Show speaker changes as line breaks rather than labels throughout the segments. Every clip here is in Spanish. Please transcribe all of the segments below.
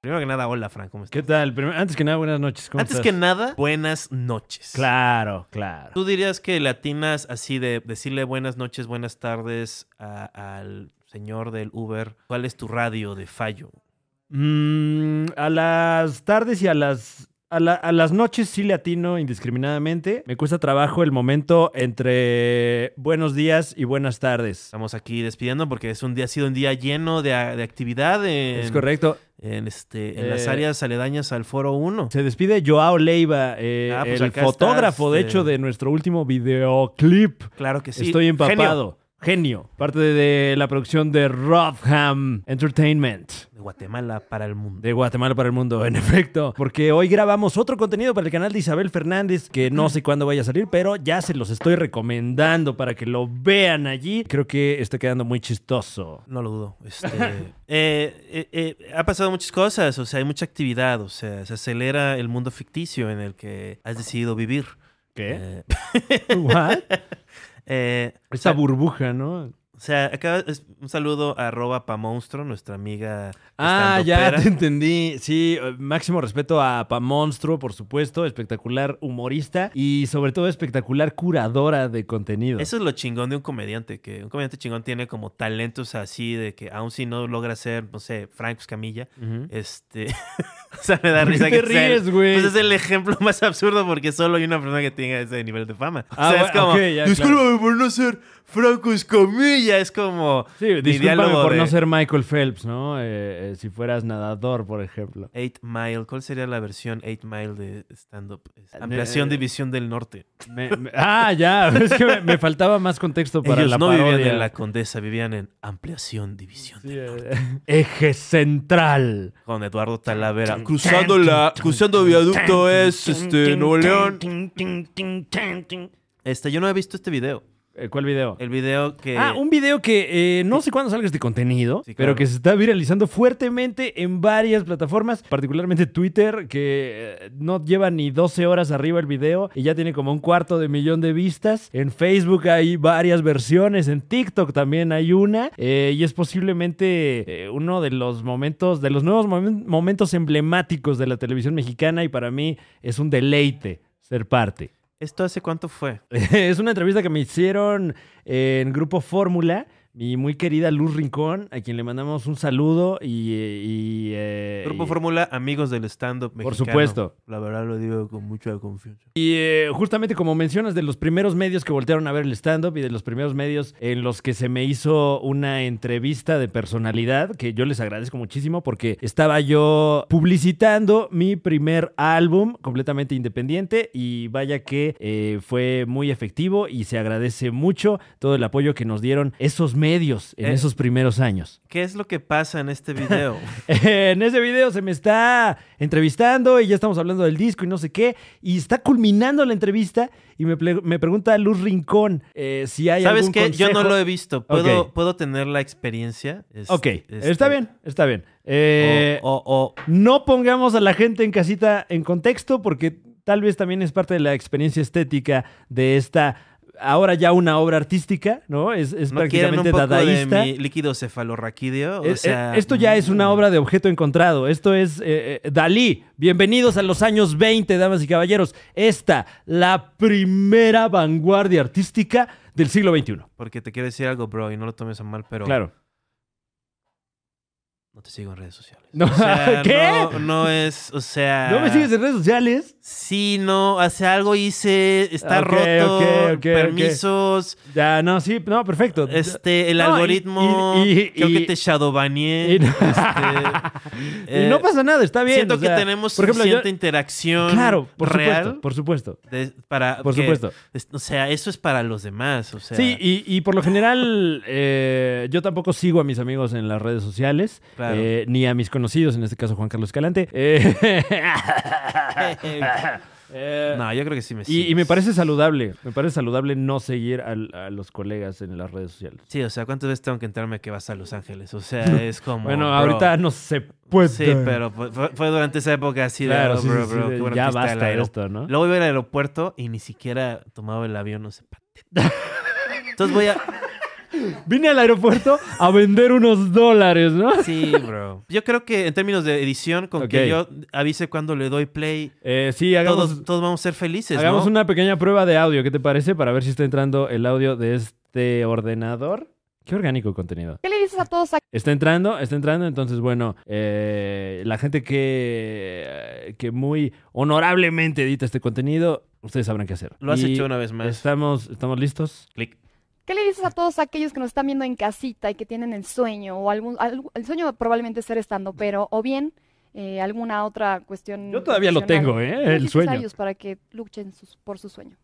Primero que nada, hola, Frank, ¿cómo estás?
¿Qué tal? Primero- antes que nada, buenas noches. ¿Cómo
Antes
estás?
que nada, buenas noches.
Claro, claro.
¿Tú dirías que latinas así de decirle buenas noches, buenas tardes a- al señor del Uber? ¿Cuál es tu radio de fallo?
Mm, a las tardes y a las. A, la- a las noches sí le atino indiscriminadamente. Me cuesta trabajo el momento entre buenos días y buenas tardes.
Estamos aquí despidiendo porque es un día, ha sido un día lleno de, de actividad en,
Es correcto.
en, este, en las
Eh,
áreas aledañas al Foro 1.
Se despide Joao Leiva, eh,
Ah, pues
el
acá estás,
fotógrafo, de
eh.
hecho, de nuestro último videoclip.
Claro que sí.
Estoy
Genio
empapado. Genio. Parte de, de la producción de Rotham Entertainment.
De Guatemala para el mundo.
De Guatemala para el mundo, en efecto. Porque hoy grabamos otro contenido para el canal de Isabel Fernández, que no sé cuándo vaya a salir, pero ya se los estoy recomendando para que lo vean allí. Creo que está quedando muy chistoso.
No lo dudo. Este, eh, eh, eh, ha pasado muchas cosas, o sea, hay mucha actividad, o sea, se acelera el mundo ficticio en el que has decidido vivir. Eh,
¿What?
eh, o
Esta
sea,
burbuja, ¿no?
o sea, acá es un saludo a arroba pa monstruo, nuestra amiga.
Ah, ya
estandopera.
te entendí. Sí, eh, máximo respeto a Pa Monstruo, por supuesto, espectacular humorista y sobre todo espectacular curadora de contenido.
Eso es lo chingón de un comediante, que un comediante chingón tiene como talentos así de que aun si no logra ser, no sé, Frank Camilla,
Ujú.
este... o sea, me da
¿Por qué
risa
te
que sea él.
ríes, güey?
Pues es el ejemplo más absurdo porque solo hay una persona que tenga ese nivel de fama. O
Ah,
sea, es
bueno,
como,
ok, ya, claro.
discúlpame por no ser Franco Escamilla. Es como,
Sí, discúlpame
diálogo
por no
de-
ser Michael Phelps, ¿no? Eh, eh, si fueras nadador, por ejemplo.
Eight Mile. ¿Cuál sería la versión Eight Mile de stand-up? Es Ampliación
eh,
División del Norte.
Me- me- ah, ya. Es que me, me faltaba más contexto para
Ellos
la
no
parodia.
vivían en la Condesa, vivían en Ampliación División
Sí,
del Norte.
eh, Eje central.
Con Eduardo Talavera.
Cruzando la, cruzando viaducto es este Nuevo León.
Este, yo no he visto este video.
Eh, ¿Cuál video?
El video que...
Ah, un video que eh, no sé cuándo salga este contenido,
Sí, claro.
pero que se está viralizando fuertemente en varias plataformas, particularmente Twitter, que eh, no lleva ni 12 horas arriba el video y ya tiene como un cuarto de millón de vistas. En Facebook hay varias versiones, en TikTok también hay una, eh, y es posiblemente eh, uno de los momentos, de los nuevos momen- momentos emblemáticos de la televisión mexicana y para mí es un deleite ser parte.
¿Esto hace cuánto fue?
Es una entrevista que me hicieron en Grupo Fórmula. Mi muy querida Luz Rincón, a quien le mandamos un saludo y... eh, y, eh,
Grupo
y-
Fórmula, amigos del stand-up mexicano.
Por supuesto.
La verdad lo digo con mucha confianza.
Y eh, justamente como mencionas, de los primeros medios que voltearon a ver el stand-up y de los primeros medios en los que se me hizo una entrevista de personalidad, que yo les agradezco muchísimo porque estaba yo publicitando mi primer álbum completamente independiente y vaya que eh, fue muy efectivo y se agradece mucho todo el apoyo que nos dieron esos medios en
Eh.
esos primeros años.
¿Qué es lo que pasa en este video?
En ese video se me está entrevistando y ya estamos hablando del disco y no sé qué. Y está culminando la entrevista y me, ple- me pregunta Luz Rincón eh, si hay
¿Sabes
algún
qué? Yo no
consejo.
lo he visto. ¿Puedo,
Ok.
¿puedo tener la experiencia? Este,
Ok,
este,
está bien, está bien.
o-
Eh,
o- o-
No pongamos a la gente en casita en contexto porque tal vez también es parte de la experiencia estética de esta... Ahora ya una obra artística, ¿no? Es, es
¿no quieren un
prácticamente
poco
dadaísta.
de mi líquido cefalorraquídeo? O
Eh, eh,
sea,
esto ya es una
mm,
obra de objeto encontrado. Esto es eh, eh, Dalí. Bienvenidos a los años 20, damas y caballeros. Esta, la primera vanguardia artística del siglo XXI.
Porque te quiero decir algo, bro, y no lo tomes a mal, pero
Claro.
no te sigo en redes sociales.
No,
O sea,
¿Qué?
No, no es, o sea...
¿No me sigues en redes sociales?
Sí, no, hace algo hice, está
Ok,
roto,
ok, ok, ok.
permisos,
Ya, Ah, no, sí, no, perfecto.
este, el
No, y-
algoritmo,
y- y-
creo que
y-
te shadowbaneé.
y no-
este,
y
eh,
no pasa nada, está bien.
Siento
o sea,
que tenemos
por ejemplo, yo-
suficiente interacción
Claro, por
real
supuesto, por supuesto.
de- para
Por
que-
supuesto.
es- o sea, eso es para los demás. O sea,
Sí, y, y por lo general eh, yo tampoco sigo a mis amigos en las redes sociales,
Claro.
eh, ni a mis conocidos, en este caso Juan Carlos Escalante. Eh, eh,
no, yo creo que sí me
y, y
sigues.
me parece saludable, me parece saludable no seguir al- a los colegas en las redes sociales.
Sí, o sea, ¿cuántas veces tengo que enterarme que vas a Los Ángeles? O sea, es como.
Bueno,
bro,
ahorita no se puede.
Sí, pero fue, fue- fue durante esa época así de.
Claro,
oh,
sí,
bro,
sí,
bro,
sí,
qué bueno que
ya
está el
basta de
aero-
esto, ¿no?
Luego iba al aeropuerto y ni siquiera tomaba el avión, no sé. patético. Entonces voy a.
Vine al aeropuerto a vender unos dólares, ¿no?
Sí, bro. Yo creo que en términos de edición, con
Ok.
que yo avise cuando le doy play,
Eh, sí, hagamos,
todos, todos vamos a ser felices,
hagamos
¿no?
una pequeña prueba de audio. ¿Qué te parece? Para ver si está entrando el audio de este ordenador. Qué orgánico contenido.
¿Qué le dices a todos
Está entrando, está entrando. Entonces, bueno, eh, la gente que, que muy honorablemente edita este contenido, ustedes sabrán qué hacer.
Lo has
Y
hecho una vez más.
Estamos, estamos listos.
Clic.
¿Qué le dices a todos aquellos que nos están viendo en casita y que tienen el sueño o algún al- el sueño probablemente es ser estando, pero o bien eh, alguna otra cuestión?
Yo todavía lo
profesional?
tengo, ¿eh?
¿Qué le
El
dices
sueño.
a ellos para que luchen sus- por su sueño.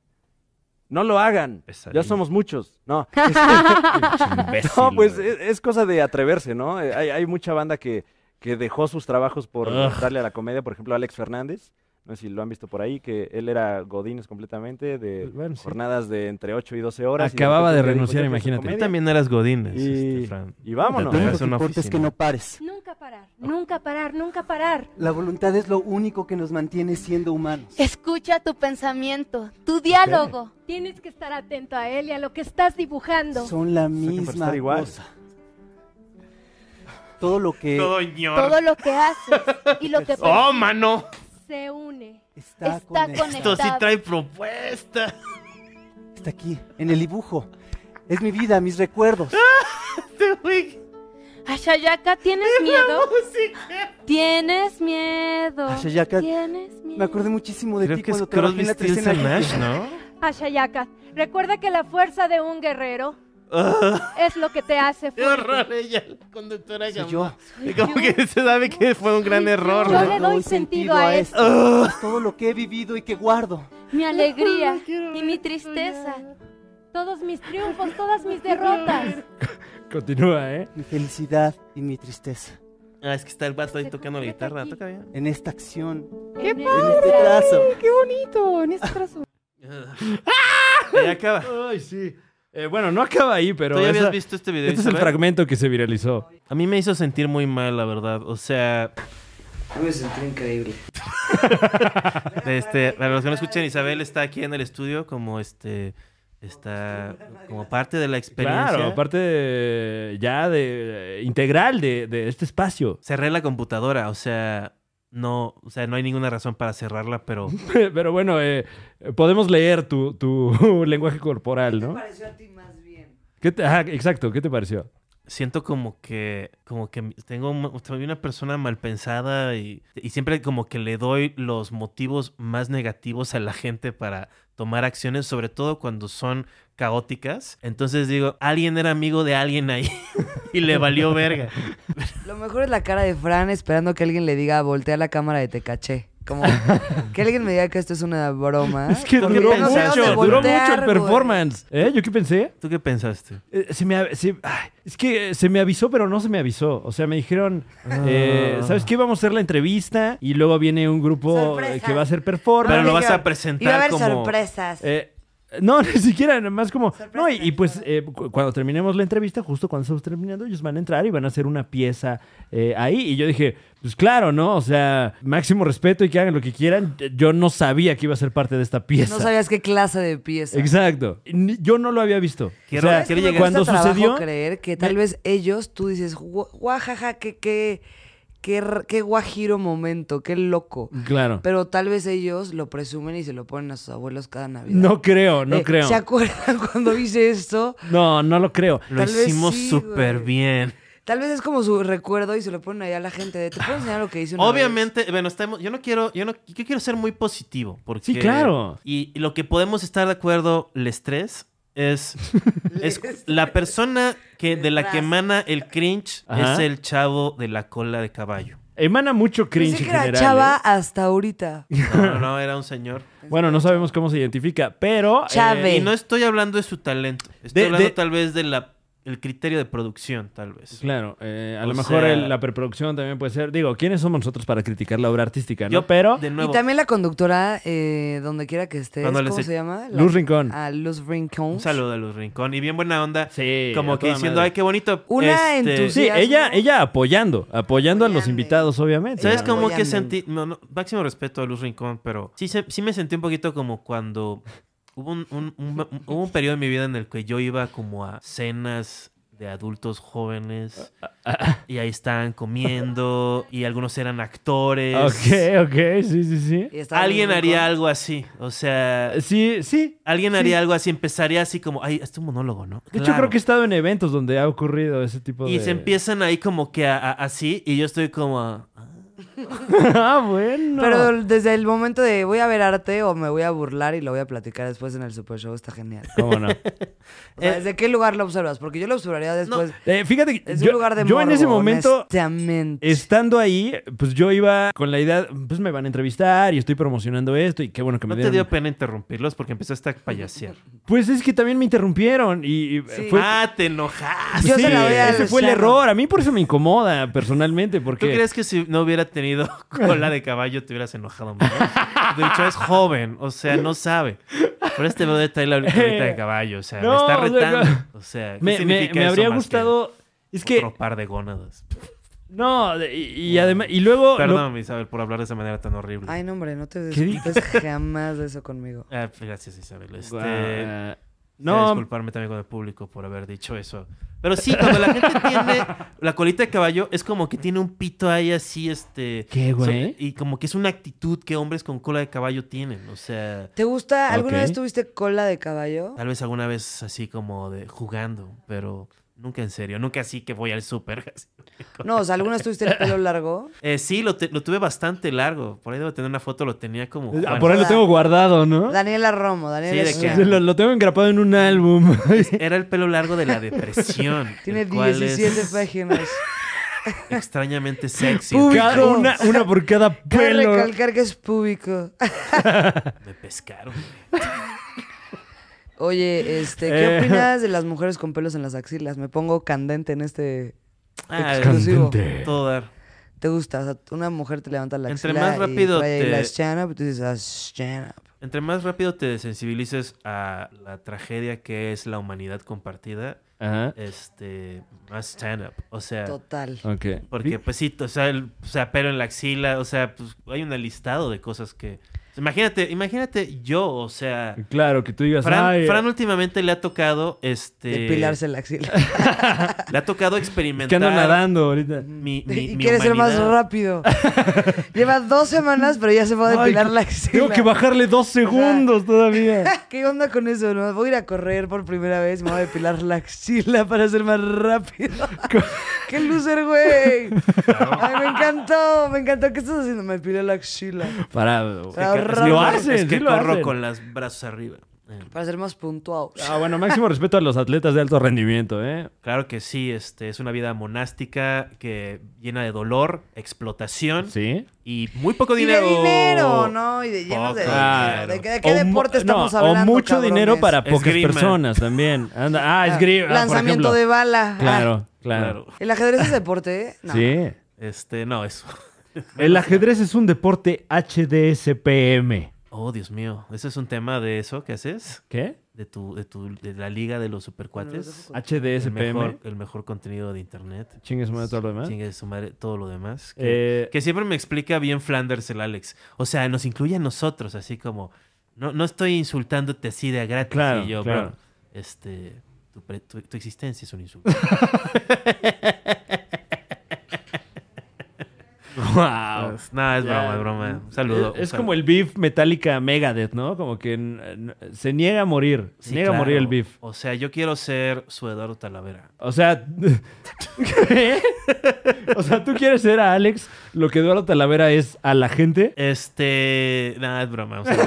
No lo hagan.
Pesadilla.
Ya somos muchos. No.
Imbécil,
No, pues
güey.
es, es cosa de atreverse, ¿no? Eh, Hay, hay mucha banda que, que dejó sus trabajos por
Ugh.
darle a la comedia, por ejemplo, Alex Fernández. No sé si lo han visto por ahí, que él era Godínez completamente, de
Pues, Bueno, sí.
jornadas de entre 8 y 12 horas. y
Acababa de
repente dijo,
renunciar,
"Ya quiero hacer
imagínate.
Tú
comedia".
también eras Godín,
Y-
este, Fran.
Y vámonos.
Te
Lo
pegas
único que
una
importa es que
oficina.
no pares.
Nunca parar, nunca parar, nunca parar.
La voluntad es lo único que nos mantiene siendo humanos.
Escucha tu pensamiento, tu diálogo.
Tienes que estar atento a él y a lo que estás dibujando.
Son la
que para
misma
estar igual.
cosa. Todo lo que
Todo lo que haces y lo que
¡Oh,
percibes
mano!
Se une.
está,
está
conectado
Esto sí
conectado.
trae propuesta.
está aquí, en el dibujo. Es mi vida, mis recuerdos.
Ah,
Este güey,
Ashayaka, ¿tienes miedo?
música.
¿Tienes miedo?
Ashayaka,
¿Tienes miedo?
me acordé muchísimo de
Creo
ti
que es
cuando trabajé
Crosby,
en la
Stills
trecena.
and Nash, ¿no?
Ashayaka, recuerda que la fuerza de un guerrero
Ah,
es lo que te hace
¡Qué horror!
fuerte.
Ella, la conductora
Soy
llamó.
yo.
Soy
Como
yo.
que se sabe que fue un gran
Soy
error,
yo.
¿no?
Yo le doy sentido a esto.
Ah,
Es todo lo que he vivido y que guardo.
Mi alegría y mi tristeza.
Todos mis triunfos, todas mis derrotas.
Continúa, ¿eh?
Mi felicidad y mi tristeza.
Ah, es que está el vato ahí tocando la guitarra. Toca bien.
En esta acción,
¡Qué
en este trazo.
¡Qué bonito! En este trazo.
Ahí acaba.
Ay, sí. Eh, bueno, no acaba ahí, pero
Tú ya
esa-
habías visto este video,
este es el
Isabel?
fragmento que se viralizó.
A mí me hizo sentir muy mal, la verdad. O sea,
Yo me sentí increíble.
este, para los que no escuchen, Isabel está aquí en el estudio como este está como parte de la experiencia.
Claro, parte de- ya de eh, integral de, de este espacio.
Cerré la computadora, o sea, no, o sea, no hay ninguna razón para cerrarla, pero
Pero bueno, eh, podemos leer tu, tu lenguaje corporal, ¿no?
pareció a ti más bien?
¿Qué te- ajá, exacto, ¿qué te pareció?
siento como que como que tengo un- soy una persona mal pensada y, y siempre como que le doy los motivos más negativos a la gente para tomar acciones, sobre todo cuando son caóticas. Entonces digo, alguien era amigo de alguien ahí y le valió verga.
Lo mejor es la cara de Fran esperando que alguien le diga, voltea la cámara de te caché. Como que alguien me diga que esto es una broma.
Es que
Porque
duró
no sé dónde
mucho, duró mucho
voltear,
el
güey.
performance. ¿Eh? ¿Yo qué pensé?
¿Tú qué pensaste?
Eh, se me, av- se- ay, es que eh, se me avisó, pero no se me avisó. O sea, me dijeron,
Ah.
eh, ¿sabes qué? Vamos a hacer la entrevista y luego viene un grupo eh,
Sorpresa.
que va a hacer
Pero
performance.
lo vas a
señor. Iba a
presentar
haber
como
sorpresas.
Eh, no, ni siquiera, nada más como...
Sorpresa,
No, y, y pues
sorpresa.
eh, cu- cuando terminemos la entrevista, justo cuando estamos terminando, ellos van a entrar y van a hacer una pieza eh, ahí. Y yo dije, pues claro, ¿no? O sea, máximo respeto y que hagan lo que quieran. Yo no sabía que iba a ser parte de esta pieza.
No sabías qué clase de pieza.
Exacto. Ni- Yo no lo había visto.
Quiero-
o sea,
¿Sabes quiero
Me
llegar-
cuando
cuesta trabajo
sucedió...
creer que tal vez ellos, tú dices, "Gua- guajaja, qué, qué, qué, r- qué guajiro momento, qué loco.
Claro.
Pero tal vez ellos lo presumen y se lo ponen a sus abuelos cada Navidad.
No creo, no
Eh,
creo.
¿Se acuerdan cuando hice esto?
No, no lo creo.
lo
Tal vez
hicimos
sí,
súper
güey.
bien.
Tal vez es como su recuerdo y se lo ponen ahí a la gente de, te puedo enseñar lo que hice una vez?"
Obviamente, bueno, estamos, yo no quiero, yo no, yo quiero ser muy positivo. Porque,
Sí, claro.
Y, y lo que podemos estar de acuerdo, les tres, es, es
Este,
la persona que, de la que emana el cringe
Ajá.
es el chavo de la cola de caballo.
Emana mucho cringe
Pensé que
en
era
general,
chava
¿eh?
hasta ahorita. Este,
No, no, no, era un señor.
Bueno, no sabemos cómo se identifica, pero... eh,
Chave.
Y no estoy hablando de su talento. Estoy
De-
hablando
de-
tal vez de la el criterio de producción, tal vez.
Claro, eh, a
O
lo mejor
sea-
el- la preproducción también puede ser. Digo, ¿quiénes somos nosotros para criticar la obra artística? ¿no? pero
de nuevo,
Y también la conductora, eh, donde quiera que esté,
Cuando
¿cómo
les e-
se llama? La-
Luz Rincón.
A Luz Rincón.
un saludo a Luz Rincón. Y bien buena onda.
sí, a
como que
toda
diciendo,
madre.
ay, qué bonito. Este,
Una entusi-
Sí, ella, ella apoyando, apoyando a los
Apoyando.
invitados, obviamente.
¿Sabes
Ella
cómo que
apoyando.
sentí? No, no, máximo respeto a Luz Rincón, pero sí, se- sí me sentí un poquito como cuando Hubo un, un- un- un- hubo un periodo en mi vida en el que yo iba como a cenas de adultos jóvenes y ahí estaban comiendo y algunos eran actores.
Ok, ok, sí, sí, sí.
Y estaba en
Alguien
un
haría
rincón.
algo así, o sea,
Sí, sí.
alguien
sí.
haría algo así, empezaría así como, ay, es un monólogo, ¿no?
De hecho,
Claro.
creo que he estado en eventos donde ha ocurrido ese tipo de...
Y se empiezan ahí como que a- a- así y yo estoy como... ah,
ah, bueno.
Pero desde el momento de voy a ver arte o me voy a burlar y lo voy a platicar después en el Super Show está genial.
¿Cómo no?
O sea,
Eh,
¿Desde qué lugar lo observas? Porque yo lo observaría después.
Eh, fíjate que
Es
yo,
un lugar de
yo en
morbo,
ese momento,
honestamente.
estando ahí, pues yo iba con la idea, pues me van a entrevistar y estoy promocionando esto y qué bueno que
no
me
te
dieron.
dio pena interrumpirlos porque empezaste a payasear.
Pues es que también me interrumpieron y, y
Sí.
fue... pues,
Ah, te enojas.
Yo
sí,
se la doy al
ese fue el
Shannon.
error. A mí por eso me incomoda personalmente
¿Tú
porque...
crees que si no hubiera tenido cola de caballo te hubieras enojado más? De hecho, es joven, o sea, no sabe. Pero este bebé trae la colita de caballo, o sea,
Eh, No,
me está
o sea,
retando. O sea, ¿qué
me, me-
significa
me
eso
habría
más que
gustado... Es que...
Otro par de gónadas.
No, de- y, y además... Y luego... lo-
Perdón, Isabel, por hablar de esa manera tan horrible.
Ay, no, hombre, no te
¿Qué di-
disculpes jamás de eso conmigo.
Ah, gracias, Isabel. Este,
Guau.
No.
No,
disculparme también con el público por haber dicho eso. Pero sí, cuando la gente tiene la colita de caballo, es como que tiene un pito ahí así, este.
¿Qué,
so-
güey?
y como que es una actitud que hombres con cola de caballo tienen. O sea,
¿Te gusta? ¿Alguna
Ok.
vez tuviste cola de caballo?
tal vez alguna vez así como de jugando, pero nunca en serio. Nunca así que voy al súper. así.
No, o sea, ¿alguna vez tuviste el pelo largo?
Eh, sí, lo, te- lo tuve bastante largo. Por ahí debo tener una foto, lo tenía como.
Ah,
Juan.
por ahí lo tengo guardado, ¿no?
Daniela Romo, Daniela
Sí, de
Romo.
que-
Lo, lo tengo engrapado en un álbum.
Era el pelo largo de la depresión.
Tiene
el cual
17
es
páginas.
Extrañamente sexy.
Público.
Cada- una, una por cada
Cabe
pelo.
recalcar que es público.
Me pescaron.
Oye, este, ¿qué
Eh.
opinas de las mujeres con pelos en las axilas? Me pongo candente en este.
Ah,
Exclusivo.
Candente.
todo dar.
¿Te gusta? O sea, una mujer te levanta la
Entre
axila
más rápido
y trae ahí
te-
la stand up, y tú dices, ah, stand up.
Entre más rápido te sensibilices a la tragedia que es la humanidad compartida,
Ajá.
este, más stand-up. O sea,
Total.
Ok.
porque pues sí, o sea, el- o sea, pero en la axila, o sea, pues hay un listado de cosas que... pues, Imagínate, imagínate yo, o sea...
Claro, que tú digas,
Fran,
Pues ay, eh.
Fran últimamente le ha tocado, este...
Depilarse la axila.
Le ha tocado
es
experimentar...
que ando nadando ahorita.
Mi, mi,
y
mi
quiere ser más
humanidad.
rápido. Lleva dos semanas, pero ya se va a
Ay,
depilar la axila.
Tengo que bajarle dos segundos todavía.
¿Qué onda con eso? No? Voy a ir a correr por primera vez, me voy a depilar la axila para ser más rápido. ¡Qué loser, güey! Ay, me encantó, me encantó. ¿Qué estás haciendo? Me depilé la axila.
Para.
Es que-
Para
es que
ahorrar-
corro-
hacen,
Es que
sí lo
corro
hacen.
con los brazos arriba. Eh.
Para ser más puntual.
Ah, bueno, máximo respeto a los atletas de alto rendimiento, ¿eh?
Claro que sí, este, es una vida monástica que llena de dolor, explotación
Sí.
y muy poco
Y de
dinero.
dinero, ¿no? Y de llenos de
Poco
dinero.
dinero.
¿De qué, de qué
O mu-
deporte estamos
no,
hablando?
O mucho
cabrones?
dinero para pocas
Esgrima.
personas también. Anda, ah, esgrima. ah, por
Lanzamiento
ejemplo.
de bala. Ah,
Claro, claro.
Claro.
¿El ajedrez es deporte? No.
Sí.
Este, no, eso.
El ajedrez es un deporte HDSPM.
Oh, Dios mío. ¿Ese es un tema de eso que haces?
¿Qué?
De tu, de tu, de la liga de los supercuates. El
HDSPM.
mejor, el mejor contenido de internet.
Chingues madre todo lo demás.
Chingue su madre, todo lo demás. Que,
Eh,
que siempre me explica bien Flanders el Alex. O sea, nos incluye a nosotros, así como. No, no estoy insultándote así de a gratis.
Claro,
y yo,
claro.
bro, este. Tu, pre- tu- tu existencia es un insulto.
wow.
no, es
Ya.
broma, es broma. Un saludo.
Es, es como el beef Metallica Megadeth, ¿no? Como que n- n- se niega a morir. Se niega a morir el beef.
O sea, yo quiero ser su Eduardo Talavera.
O sea. ¿qué? O sea, tú quieres ser a Alex lo que Eduardo Talavera es a la gente.
Este. Nada, es broma. un saludo.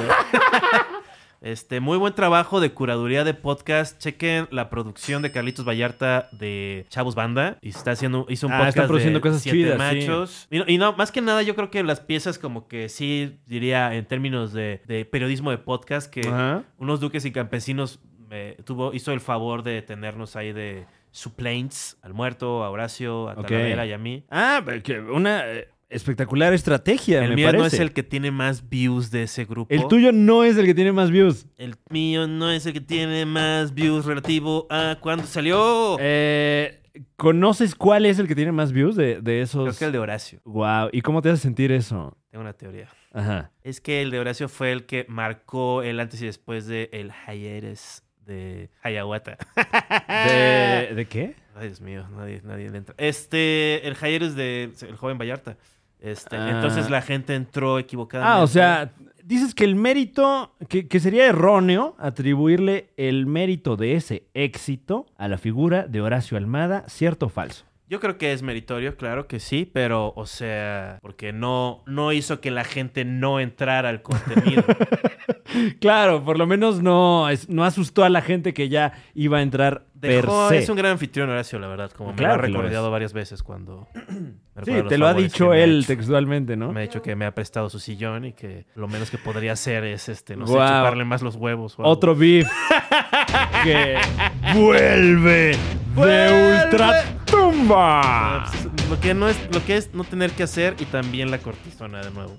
este, muy buen trabajo de curaduría de podcast. Chequen la producción de Carlitos Vallarta de Chavos Banda. Y está haciendo, hizo un
Ah,
podcast.
está produciendo
de
cosas
siete
chidas, sí.
machos. Y no- Y, no, más que nada, yo creo que las piezas, como que sí, diría en términos de, de periodismo de podcast, que
Ajá.
unos duques y campesinos eh, tuvo, hizo el favor de tenernos ahí de supplants al muerto, a Horacio, a
Ok.
Talavera y a mí.
Ah, pero que una eh, espectacular estrategia,
El
me
mío
parece.
no es el que tiene más views de ese grupo.
El tuyo no es el que tiene más views.
El mío no es el que tiene más views relativo a cuando salió.
Eh, ¿Conoces cuál es el que tiene más views de, de
Creo
esos?
que el de Horacio.
Wow. ¿Y cómo te hace sentir eso?
Tengo una teoría.
Ajá.
es que el de Horacio fue el que marcó el antes y después de el hiatus de Hayawata. Ah.
¿De, ¿de qué?
Ay, Dios mío, nadie, nadie le entra. Este, el hiatus de el joven Vallarta. Este,
Ah.
entonces la gente entró equivocada.
Ah, o sea, dices que el mérito, que, que sería erróneo atribuirle el mérito de ese éxito a la figura de Horacio Almada, cierto o falso.
Yo creo que es meritorio, claro que sí, pero, o sea, porque no, no hizo que la gente no entrara al contenido.
Claro, por lo menos no, es- no asustó a la gente que ya iba a entrar
Dejó-
per se.
es un gran anfitrión, Horacio, la verdad, como
Claro
me lo ha
que lo es.
recordado varias veces cuando... me recuerda
Sí,
los
te lo ha
favores
dicho
que me
él
hecho.
textualmente, ¿no?
Me ha dicho que me ha prestado su sillón y que lo menos que podría hacer es, este, no sé,
Guau.
chuparle más los huevos. o algo.
Otro beef que vuelve de
¡Vuelve!
ultratumba.
Ah, pues, Lo que, no es, lo que es no tener que hacer y también la cortisona de nuevo.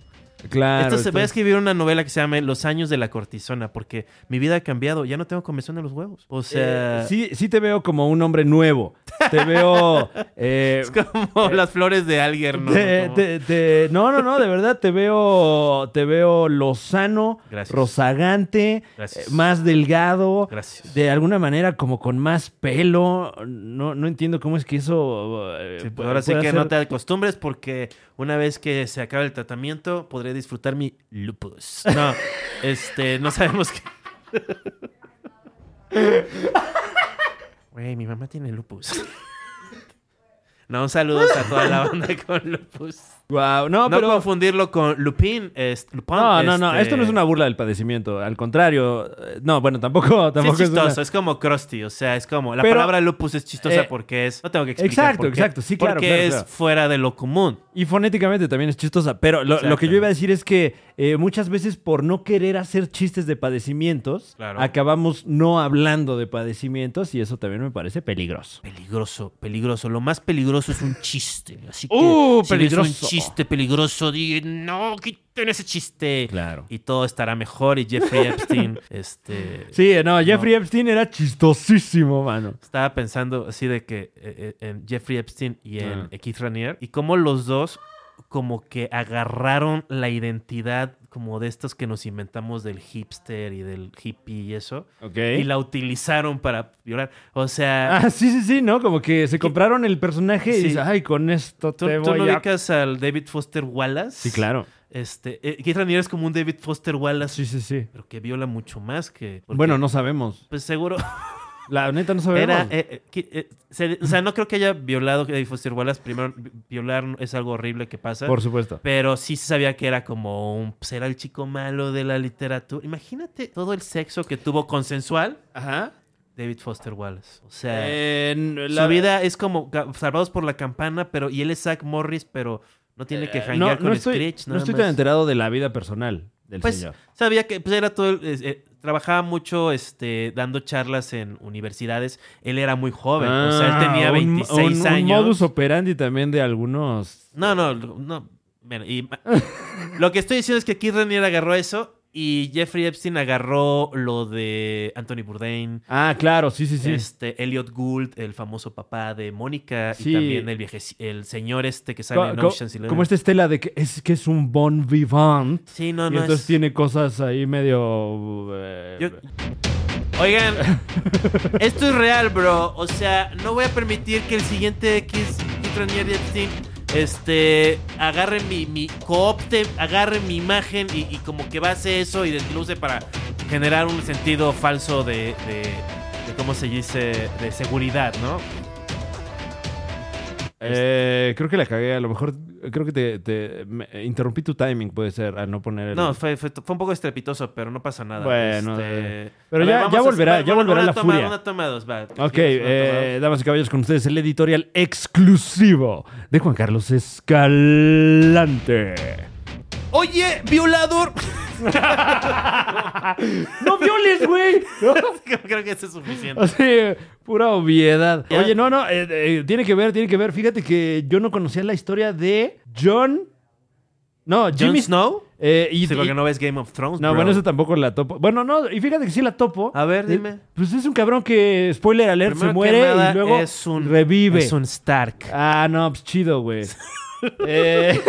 Claro.
Esto se
esto-
va a escribir una novela que se llame Los años de la cortisona, porque mi vida ha cambiado, ya no tengo comezón en los huevos. O sea,
Eh, sí, sí te veo como un hombre nuevo. Te veo. eh,
es como las flores de alguien, ¿no?
te-
Como-
te- te- no, no, no, de verdad te veo, te veo lozano,
Gracias.
rozagante,
Gracias.
eh, más delgado,
Gracias.
de alguna manera como con más pelo. No, no entiendo cómo es que eso. eh,
Sí, pues
puede-
ahora sí
puede
que no
hacer-
te acostumbres porque una vez que se acabe el tratamiento podré disfrutar mi lupus. No, este, no sabemos qué. Güey, mi mamá tiene lupus. No, saludos a toda la banda con lupus.
Guau, no,
No,
pero.
confundirlo con Lupin. Es, Lupin,
No, no, no,
este,
esto no es una burla del padecimiento, al contrario, eh, no, bueno, tampoco,
Sí,
tampoco
es chistoso,
una-
es como Krusty, o sea, es como la
Pero-
palabra lupus es chistosa
Eh,
porque es no tengo que explicar
exacto,
por qué,
exacto, sí, claro,
porque
claro,
es
claro.
fuera de lo común.
Y fonéticamente también es chistosa, pero lo, lo que yo iba a decir es que eh, muchas veces por no querer hacer chistes de padecimientos,
Claro.
acabamos no hablando de padecimientos y eso también me parece peligroso.
Peligroso, peligroso. Lo más peligroso es un chiste. Así que
¡Uh,
si ves
peligroso!
un chiste peligroso, di no, quiten ese chiste.
Claro.
Y todo estará mejor. Y Jeffrey Epstein, este.
Sí, no, Jeffrey Epstein era chistosísimo, mano.
Estaba pensando así de que eh, eh, en Jeffrey Epstein y en
Ah.
Keith Ranier. Y cómo los dos como que agarraron la identidad como de estos que nos inventamos del hipster y del hippie y eso.
Ok.
Y la utilizaron para violar. O sea,
Ah, sí, sí, sí, ¿no? Como que se compraron el personaje y
Sí.
dices, ay, con esto
¿tú,
te
tú
voy
no
a...
ubicas al David Foster Wallace?
Sí, claro.
Este, eh, Keith Ranier es como un David Foster Wallace,
Sí, sí, sí.
pero que viola mucho más que... porque,
Bueno, no sabemos.
Pues seguro
La neta no sabemos.
era... eh, eh, que, eh, se- o sea, no creo que haya violado a David Foster Wallace. Primero, vi- violar es algo horrible que pasa.
Por supuesto.
Pero sí se sabía que era como un... pues, era el chico malo de la literatura. Imagínate todo el sexo que tuvo consensual
Ajá.
David Foster Wallace. O sea...
Eh,
Eh, Su vida es como ca- Salvados por la Campana, pero y él es Zack Morris, pero no tiene que
Eh,
janguear con
estoy,
Screech.
no
nada
estoy
más.
tan enterado de la vida personal del
Pues,
señor.
Sabía que pues, era todo. el- es- eh, trabajaba mucho este, dando charlas en universidades. Él era muy joven. o sea, él
Ah,
tenía
un-
26
un- un
años.
modus operandi también de algunos.
No, no, no. Bueno, y ma- lo que estoy diciendo es que Keith Ranier agarró eso y Jeffrey Epstein agarró lo de Anthony Bourdain.
Ah, claro, sí, sí, sí.
Este, Elliot Gould, el famoso papá de Mónica,
Sí.
y también el, viejeci- el señor este que
Co-
sale en
co-
Ocean's Eleven.
como esta estela de que es que es un bon vivant.
Sí, no,
y
no.
entonces
es-
tiene cosas ahí medio. eh,
Yo- Oigan, esto es real, bro. O sea, no voy a permitir que el siguiente X Ranier y Epstein este, agarre mi, mi coopte, agarre mi imagen y, y como que base eso y desluce para generar un sentido falso de, de, de cómo se dice, de seguridad, ¿no?
eh, creo que la cagué. A lo mejor creo que te, te- me- eh, interrumpí tu timing, puede ser, al no poner el.
No, fue, fue, fue un poco estrepitoso, pero no pasa nada.
Bueno, eh,
Este,
pero
a
ya-
vamos
ya
a-
volverá,
bueno,
ya
una-
volverá
una
la
toma,
furia.
Una toma dos, va.
Ok,
¿Quieres una toma
eh, damas y caballeros, con ustedes el editorial exclusivo de Juan Carlos Escalante.
dos? Oye, violador.
¡No violes, güey!
Creo que eso es suficiente.
Así, pura obviedad.
Ya.
Oye, no, no, eh, eh, tiene que ver, tiene que ver. Fíjate que yo no conocía la historia de John... No,
Jon
Jimmy...
Snow.
eh, y,
Sí, porque
y-
no ves Game of Thrones.
no,
bro.
bueno, eso tampoco la topo. Bueno, no, y fíjate que sí la topo.
A ver,
Eh,
dime.
Pues es un cabrón que, spoiler alert,
Primero
se
que
muere
nada,
y luego
es un,
revive.
Es un Stark.
Ah, no, pues chido, güey. Eh,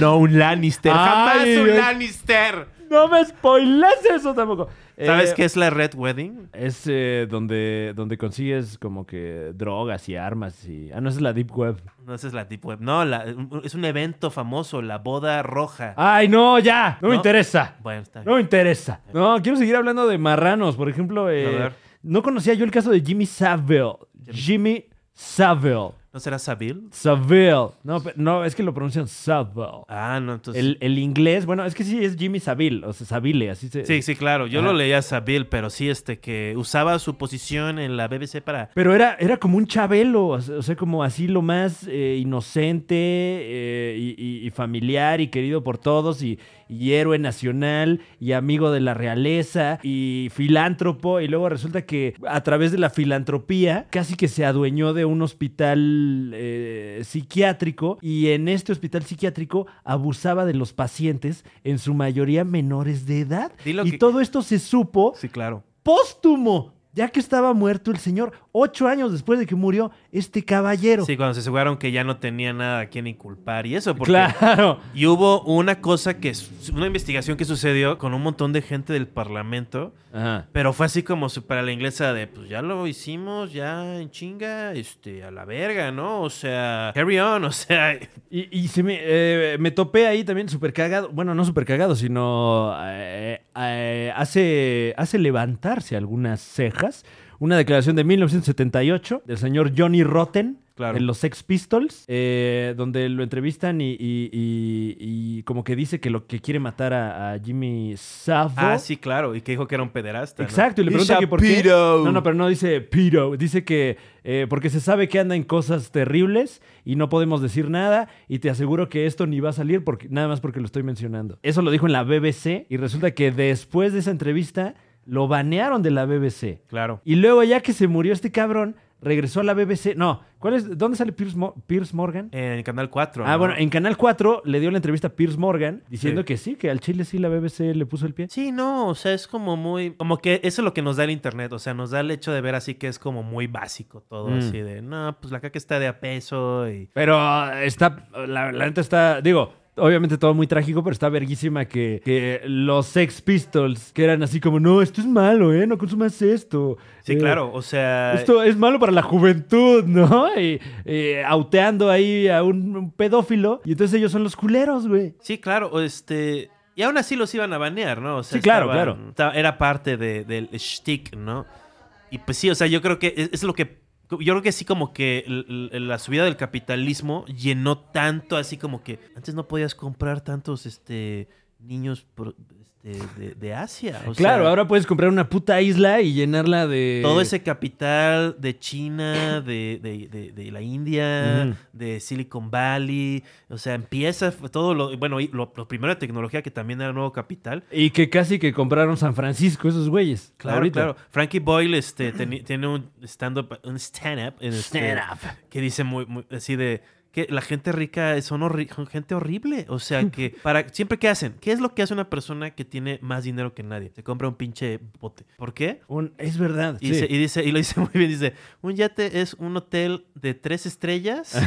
No un Lannister.
Ay,
Jamás un
Dios.
Lannister.
No me spoilas eso tampoco.
¿Sabes
Eh,
qué es la Red Wedding?
Es eh, donde, donde consigues como que drogas y armas y... Ah, no, esa es la Deep Web.
No, esa es la Deep Web. No, la- es un evento famoso, la boda roja.
¡Ay, no, ya! No, me
No.
interesa.
Bueno, está
Ah. No
bien.
me interesa. No, quiero seguir hablando de marranos. Por ejemplo, eh,
A ver.
no conocía yo el caso de Jimmy Savile. Jimmy Savile.
¿No será Sabil?
Savile. No, pe- no, es que lo pronuncian Savile.
Ah, no, entonces.
El, el inglés, bueno, es que sí es Jimmy Savile, o sea, Savile, así se...
Sí, sí, claro. Yo
Ajá.
lo leía Sabil, pero sí, este, que usaba su posición en la BBC para.
Pero era, era como un chabelo, o sea, o sea, como así lo más eh, inocente eh, y, y- y familiar y querido por todos y, y héroe nacional y amigo de la realeza y filántropo y luego resulta que a través de la filantropía casi que se adueñó de un hospital eh, psiquiátrico y en este hospital psiquiátrico abusaba de los pacientes, en su mayoría menores de edad.
Dilo
y
que-
todo esto se supo
Sí, claro.
póstumo, ya que estaba muerto el señor, ocho años después de que murió este caballero.
Sí, cuando se aseguraron que ya no tenía nada a quien inculpar y eso, porque.
claro.
Y hubo una cosa que. su- Una investigación que sucedió con un montón de gente del parlamento.
Ajá.
Pero fue así como su- para la inglesa de, pues ya lo hicimos, ya en chinga, este, a la verga, ¿no? O sea, carry on, o sea,
Y, y se me, eh, me topé ahí también súper cagado. Bueno, no súper cagado, sino eh, eh, hace, hace levantarse algunas cejas. Una declaración de 1978 del señor Johnny Rotten.
Claro.
De los Sex Pistols, eh, donde lo entrevistan y, y- y- y como que dice que lo que quiere matar a, a Jimmy Savile.
ah, sí, claro, y que dijo que era un pederasta. ¿no?
Exacto, y le pregunta
Dice
que por qué.
pedo.
No, no, pero no dice piro. Dice que eh, porque se sabe que anda en cosas terribles y no podemos decir nada. Y te aseguro que esto ni va a salir porque, nada más porque lo estoy mencionando. Eso lo dijo en la BBC y resulta que después de esa entrevista lo banearon de la BBC.
Claro.
Y luego, ya que se murió este cabrón, regresó a la BBC. No, ¿cuál es, ¿dónde sale Piers, Mo- Piers Morgan?
En el Canal 4.
Ah,
¿no?
bueno, en Canal 4 le dio la entrevista a Piers Morgan diciendo
Sí.
que sí, que al Chile sí la BBC le puso el pie.
Sí, no, o sea, es como muy... Como que eso es lo que nos da el internet, o sea, nos da el hecho de ver así que es como muy básico todo,
Mm.
así de, no, pues la caca está de a peso y...
Pero eh, está, la, la neta está, digo, obviamente todo muy trágico, pero está verguísima que, que los Sex Pistols, que eran así como, no, esto es malo, ¿eh? No consumas esto.
Sí,
Eh,
claro, o sea...
Esto es malo para la juventud, ¿no? Y eh, auteando ahí a un, un pedófilo. Y entonces ellos son los culeros, güey.
Sí, claro, o este... Y aún así los iban a banear, ¿no? O sea,
Sí, claro, claro.
esta- Era parte de- del shtick, ¿no? Y pues sí, o sea, yo creo que es, es lo que... Yo creo que sí como que l- l- la subida del capitalismo llenó tanto, así como que antes no podías comprar tantos, este... Niños pro- este, de, de Asia. o
claro,
sea,
ahora puedes comprar una puta isla y llenarla de...
Todo ese capital de China, de, de- de- de la India,
Ujú.
de Silicon Valley, o sea, empieza f- todo lo, bueno, y lo, lo primero de tecnología que también era nuevo capital.
Y que casi que compraron San Francisco, esos güeyes.
Claro,
ahorita.
claro. Frankie Boyle este, teni- tiene un stand-up, un stand-up en este, que dice muy, muy- así de que la gente rica es- son, horri- son gente horrible. O sea que para siempre qué hacen, ¿qué es lo que hace una persona que tiene más dinero que nadie? Se compra un pinche bote. ¿Por qué?
Un- es verdad.
Y,
sí.
dice- y dice, y lo dice muy bien, dice, un yate es un hotel de tres estrellas,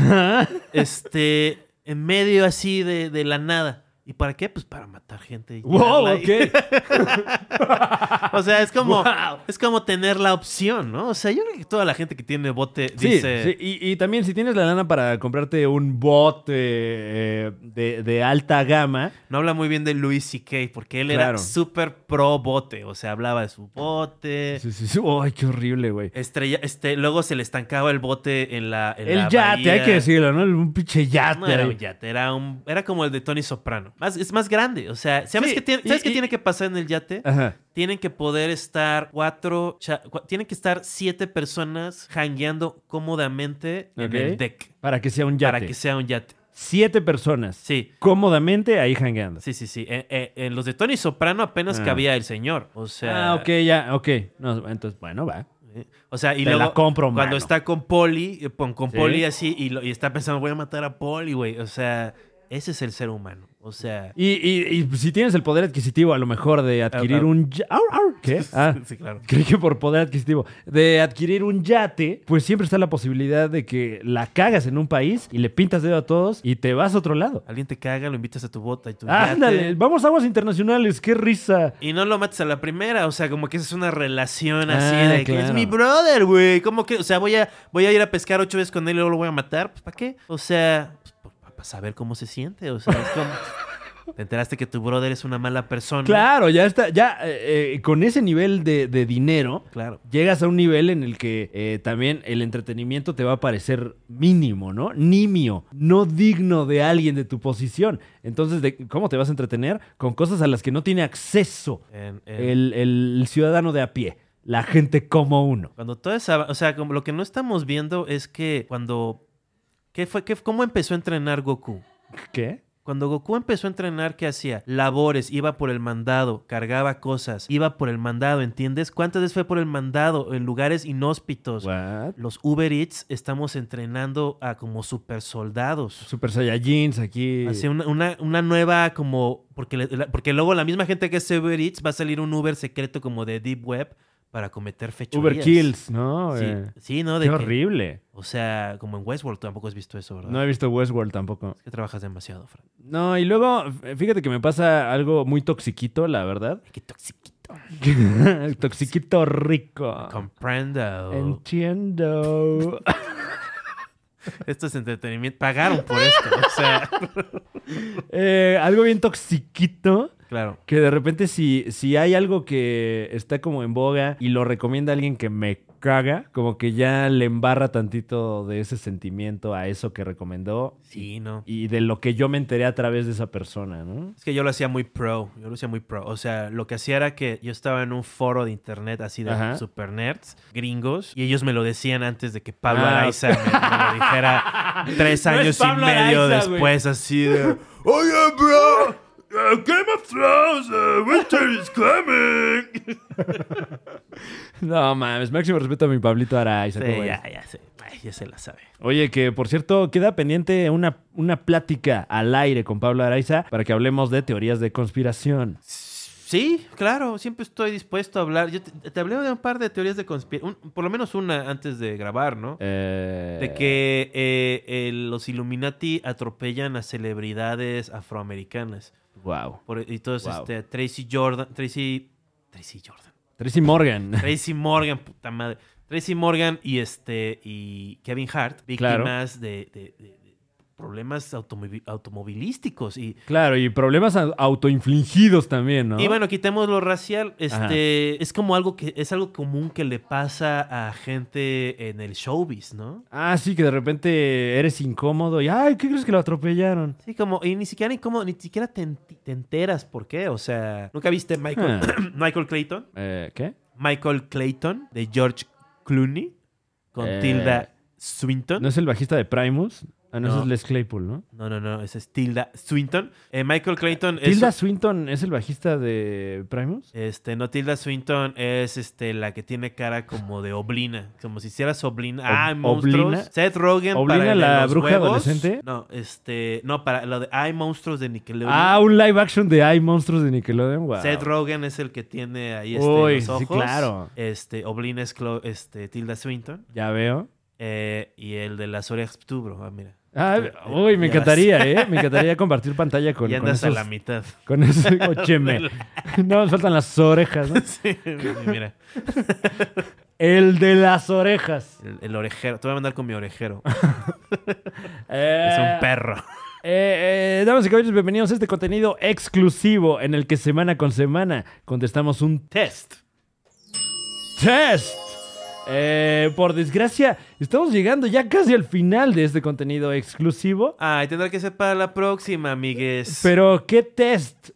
este, en medio así de, de la nada. ¿Y para qué? Pues para matar gente. y
Wow,
tirarla ahí.
ok.
O sea, es como,
Wow.
es como tener la opción, ¿no? O sea, yo creo que toda la gente que tiene bote
Sí,
dice...
sí, Y, y también si tienes la lana para comprarte un bot eh, eh, de, de alta gama,
No habla muy bien de Louis C.K. porque él
Claro.
era súper pro bote. O sea, hablaba de su bote.
sí, sí, sí. ay, qué horrible, güey.
Estrella, este, luego se le estancaba el bote en la. en la
El yate, hay
bahía.
que decirlo, ¿no? Un pinche yate.
No era
ahí.
un yate, era, un- era como el de Tony Soprano. Más, es más grande, o sea, ¿sabes
Sí,
qué tiene,
y-
¿sabes qué
y- Ah.
tiene que pasar en el yate?
Ajá.
Tienen que poder estar cuatro, cha- cua- tienen que estar siete personas hangueando cómodamente
Ok.
en el deck
Para que sea un yate.
para que sea un yate.
Siete personas.
Sí,
Cómodamente ahí jangueando.
sí, sí, sí. Eh, eh, en los de Tony Soprano apenas
Ah.
cabía el señor, o sea,
ah, ok, ya, ok. No, entonces, bueno, va.
eh, o sea, y
Te
luego
la compro,
cuando
mano.
está con Poli, eh, con, con
Sí.
Poli así y, lo- y está pensando voy a matar a Poli, güey, o sea, Ese es el ser humano. O sea,
Y, y- y si tienes el poder adquisitivo, a lo mejor, de adquirir
au.
un. ya- au, au, ¿Qué? Ah,
sí, claro.
Creí que por poder adquisitivo. De adquirir un yate, pues siempre está la posibilidad de que la cagas en un país y le pintas dedo a todos y te vas a otro lado.
Alguien te caga, lo invitas a tu bota y tu yate.
Ah, Ándale, vamos a aguas internacionales, qué risa.
Y no lo mates a la primera, o sea, como que esa es una relación así
Ah,
de que es
claro.
mi brother, güey. ¿Cómo que? O sea, voy a, voy a ir a pescar ocho veces con él y luego lo voy a matar. Pues, ¿para qué? O sea, pues, para saber cómo se siente. O sea, es como. Te enteraste que tu brother es una mala persona.
Claro, ya está, ya eh, eh, con ese nivel de, de dinero,
Claro.
llegas a un nivel en el que eh, también el entretenimiento te va a parecer mínimo, ¿no? Nimio, no digno de alguien de tu posición. Entonces, ¿de ¿cómo te vas a entretener? Con cosas a las que no tiene acceso
En- en-
el, el ciudadano de a pie, la gente como uno.
Cuando toda esa. O sea, como lo que no estamos viendo es que cuando. ¿Qué fue? ¿Qué, ¿Cómo empezó a entrenar Goku?
¿Qué?
Cuando Goku empezó a entrenar, ¿qué hacía? Labores, iba por el mandado, cargaba cosas, iba por el mandado, ¿entiendes? ¿Cuántas veces fue por el mandado en lugares inhóspitos?
What?
Los Uber Eats estamos entrenando a como super soldados.
Super Saiyajins aquí.
Así una, una- una nueva como... Porque, le- la- porque luego la misma gente que hace Uber Eats va a salir un Uber secreto como de Deep Web para cometer fechorías.
Uber Kills, ¿no?
Sí,
Eh,
sí, ¿no? De
Qué
que-
horrible.
O sea, como en Westworld tampoco has visto eso, ¿verdad?
No he visto Westworld tampoco.
Es que trabajas demasiado, Fran.
No, y luego, f- fíjate que me pasa algo muy toxiquito, la verdad.
Ay, Qué toxiquito.
toxiquito rico.
Comprendo.
Entiendo.
Esto es entretenimiento. Pagaron por esto. O sea,
Eh, algo bien toxiquito.
claro.
Que de repente si, si hay algo que está como en boga y lo recomienda alguien que me caga, como que ya le embarra tantito de ese sentimiento a eso que recomendó
Sí, no.
y de lo que yo me enteré a través de esa persona, ¿no?
Es que yo lo hacía muy pro, yo lo hacía muy pro. O sea, lo que hacía era que yo estaba en un foro de internet así de
Ajá.
super nerds, gringos, y ellos me lo decían antes de que Pablo
Ah,
Araiza me, me lo dijera tres
No es
años y
Pablo
medio
Araiza, güey.
después, así de...
Oye, bro. uh, Game of Thrones, uh, winter is coming.
No mames, máximo respeto a mi Pablito Araiza.
Sí,
¿cómo ves?
ya, ya sé. Ay, ya se la sabe.
Oye, que por cierto, queda pendiente una, una plática al aire con Pablo Araiza para que hablemos de teorías de conspiración.
Sí, claro, siempre estoy dispuesto a hablar. Yo te, te hablé de un par de teorías de conspiración, por lo menos una antes de grabar, ¿no?
Eh,
De que eh, eh, los Illuminati atropellan a celebridades afroamericanas.
Wow.
Por- y entonces,
Wow.
este, Tracy Jordan, Tracy, Tracy Jordan,
Tracy Morgan.
Tracy Morgan, puta madre. Tracy Morgan y este, y Kevin Hart,
Claro.
víctimas de, de- de- de problemas automovi- automovilísticos. Y,
Claro, y problemas au- autoinfligidos también, ¿no?
y bueno, quitemos lo racial,
Ajá.
este, es como algo que, es algo común que le pasa a gente en el showbiz, ¿no?
Ah, sí, que de repente eres incómodo y, ay, ¿qué crees que lo atropellaron?
Sí, como, y ni siquiera, incómodo, ni siquiera te, en- te enteras por qué. O sea, ¿nunca viste Michael, Michael Clayton?
Ah, Eh, ¿Qué?
Michael Clayton de George Clooney con
Eh,
Tilda Swinton.
¿No es el bajista de Primus? Ah, no,
No.
ese es Les Claypool, ¿no?
No, no, no, esa es Tilda Swinton. Eh, Michael Clayton es.
¿Tilda Swinton es el bajista de Primus?
Este, no, Tilda Swinton es este, la que tiene cara como de Oblina. Como si hicieras Oblina. ah,
Ob-
monstruos.
Oblina.
Seth Rogen
¿Oblina
para el de
la
los
bruja
huevos.
adolescente?
No, este. No, para lo de Hay monstruos de Nickelodeon.
Ah, un live action de Hay Monstruos de Nickelodeon, wow.
Seth Rogen es el que tiene ahí este,
Uy,
los
sí,
ojos.
claro.
Este, Oblina es Clo- este, Tilda Swinton.
Ya veo.
Eh, y el de las orejas tubro. Ah, mira.
Ah,
Ya
uy, me
vas.
encantaría, ¿eh? Me encantaría compartir pantalla con,
y
con
andas
esos...
a la mitad.
Con ese ócheme. No, me faltan las orejas, ¿no?
Sí, mira,
El de las orejas.
el, el orejero. Te voy a mandar con mi orejero.
Eh,
Es un perro.
Eh, eh, damas y caballeros, bienvenidos a este contenido exclusivo en el que semana con semana contestamos un
Test.
test. Eh, por desgracia, estamos llegando ya casi al final de este contenido exclusivo.
Ay, tendrá que ser para la próxima, amigues.
Pero, ¿qué test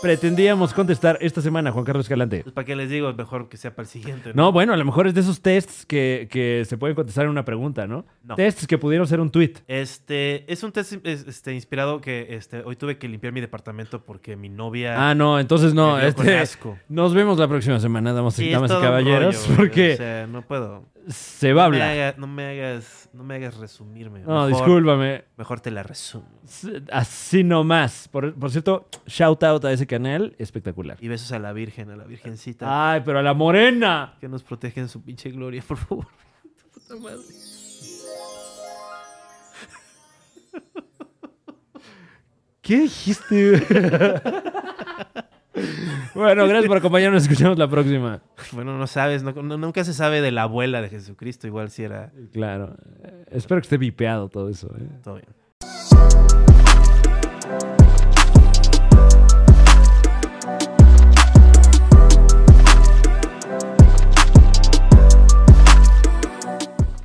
pretendíamos contestar esta semana, Juan Carlos Escalante?
Pues, ¿Para qué les digo? Mejor que sea para el siguiente.
No, bueno, a lo mejor es de esos tests que, que se pueden contestar en una pregunta, ¿no?
No.
Tests que pudieron ser un tweet.
Este, es un test es- este, inspirado que este, hoy tuve que limpiar mi departamento porque mi novia
Ah, no, entonces
me
no.
vio con
este-
asco.
nos vemos la próxima semana, damas, y-
Sí, es
damas
todo
y
un
caballeros,
rollo, güey.
porque
O sea, no puedo.
se va a
No me,
hablar.
haga- no me hagas, no me hagas resumirme.
No,
mejor,
discúlpame.
Mejor te la resumo.
S- Así nomás. Por, por cierto, shout out a ese canal. Espectacular.
Y besos a la Virgen, a la Virgencita.
Ay, pero a la morena.
Que nos protege en su pinche gloria, por favor. Puta madre.
¿Qué dijiste? bueno, gracias por acompañarnos. Escuchamos la próxima.
Bueno, no sabes, no- no- nunca se sabe de la abuela de Jesucristo, igual si era
Claro. Eh, Espero que esté vipeado todo eso. ¿eh?
todo bien.